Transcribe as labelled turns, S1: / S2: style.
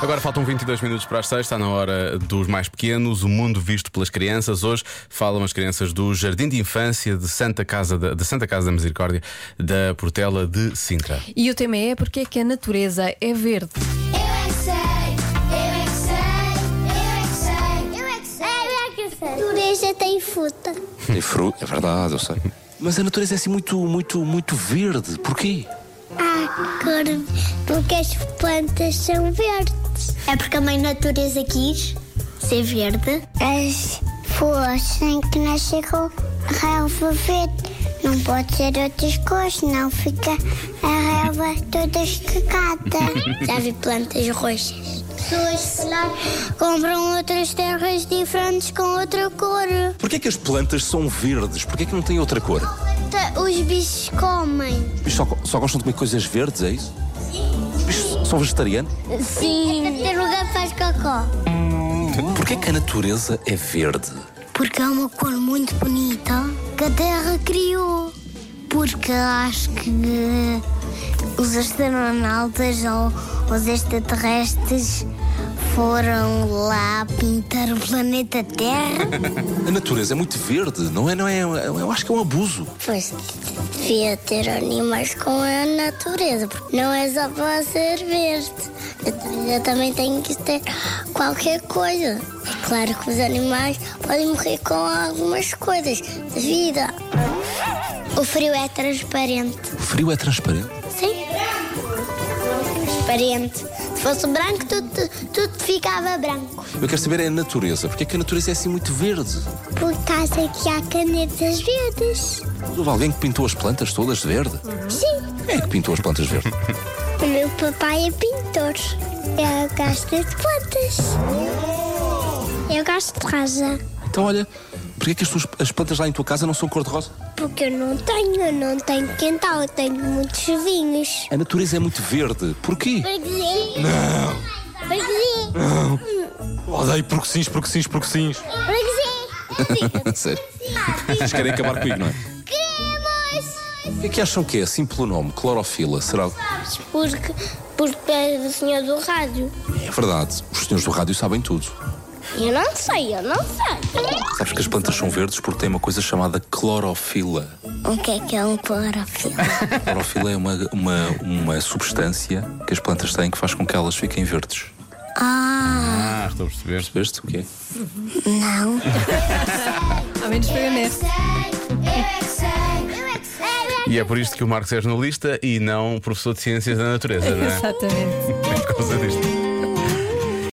S1: Agora faltam 22 minutos para as 6, está na hora dos mais pequenos, o mundo visto pelas crianças. Hoje falam as crianças do Jardim de Infância de Santa Casa da, de Santa Casa da Misericórdia, da Portela de Sintra.
S2: E o tema é porque é que a natureza é verde.
S3: Eu é que sei, eu é que sei, eu é que sei, eu é que sei, eu é que sei, eu é que sei. Dureza tem fruta.
S4: Tem fruto, é verdade, eu sei. Mas a natureza é assim muito, muito, muito verde. Porquê?
S3: Ah, cor, porque as plantas são verdes. É porque a mãe natureza quis ser verde. As flores têm que nascer com relva verde. Não pode ser outras cores, não fica a relva toda escacada. Já vi plantas roxas. Pessoas se lá compram outras terras diferentes com outra cor.
S4: Porquê é que as plantas são verdes? Porquê é que não têm outra cor?
S3: Os bichos comem.
S4: Os bichos só, só gostam de comer coisas verdes, é isso? Os bichos são vegetarianos?
S3: Sim. A tartaruga faz cocó.
S4: Porquê é que a natureza é verde?
S3: Porque é uma cor muito bonita que a Terra criou. Porque acho que eh, os astronautas ou os extraterrestres foram lá pintar o planeta Terra.
S4: A natureza é muito verde, não é? Não é eu eu acho que é um abuso.
S3: Pois devia ter animais com a natureza, porque não é só para ser verde. Eu, eu também tenho que ter qualquer coisa. É claro que os animais podem morrer com algumas coisas de vida. O frio é transparente.
S4: O frio é transparente.
S3: Sim. Transparente. Se fosse branco, tudo, tudo ficava branco.
S4: Eu quero saber é a natureza. Porquê é que a natureza é assim muito verde?
S3: Por causa que há canetas verdes.
S4: Houve alguém que pintou as plantas todas de verde?
S3: Uhum. Sim.
S4: Quem é que pintou as plantas verde?
S3: O meu papai é pintor. Eu gosto de plantas. Eu gosto de rosa.
S4: Então olha, porquê é que as, tuas, as plantas lá em tua casa não são cor-de-rosa?
S3: Porque eu não tenho, eu não tenho quintal, eu tenho muitos vinhos.
S4: A natureza é muito verde. Porquê?
S3: Burguesinho. Não. Burguesinho.
S4: Odeio porque sims, porque sims, porque sims.
S3: Burguesinho.
S4: É Sério. Vocês querem acabar comigo, não é?
S3: Queremos.
S4: O que é que acham que é? Assim pelo nome, clorofila, será?
S3: Porque, porque é do senhor do rádio.
S4: É verdade, os senhores do rádio sabem tudo.
S3: Eu não sei, eu não sei.
S4: Sabes que as plantas são verdes porque têm uma coisa chamada clorofila.
S3: O que é que é um clorofilo?
S4: Clorofila é uma, uma, uma substância que as plantas têm que faz com que elas fiquem verdes.
S3: Ah,
S1: Ah, estou a perceber.
S4: Percebeste o quê?
S3: não.
S2: Ao menos foi
S3: Eu é
S2: honesto.
S3: que sei, eu é que sei, eu é que sei.
S1: E é por isto que o Marcos é jornalista e não professor de Ciências da Natureza, não é?
S2: Exatamente.
S1: Por causa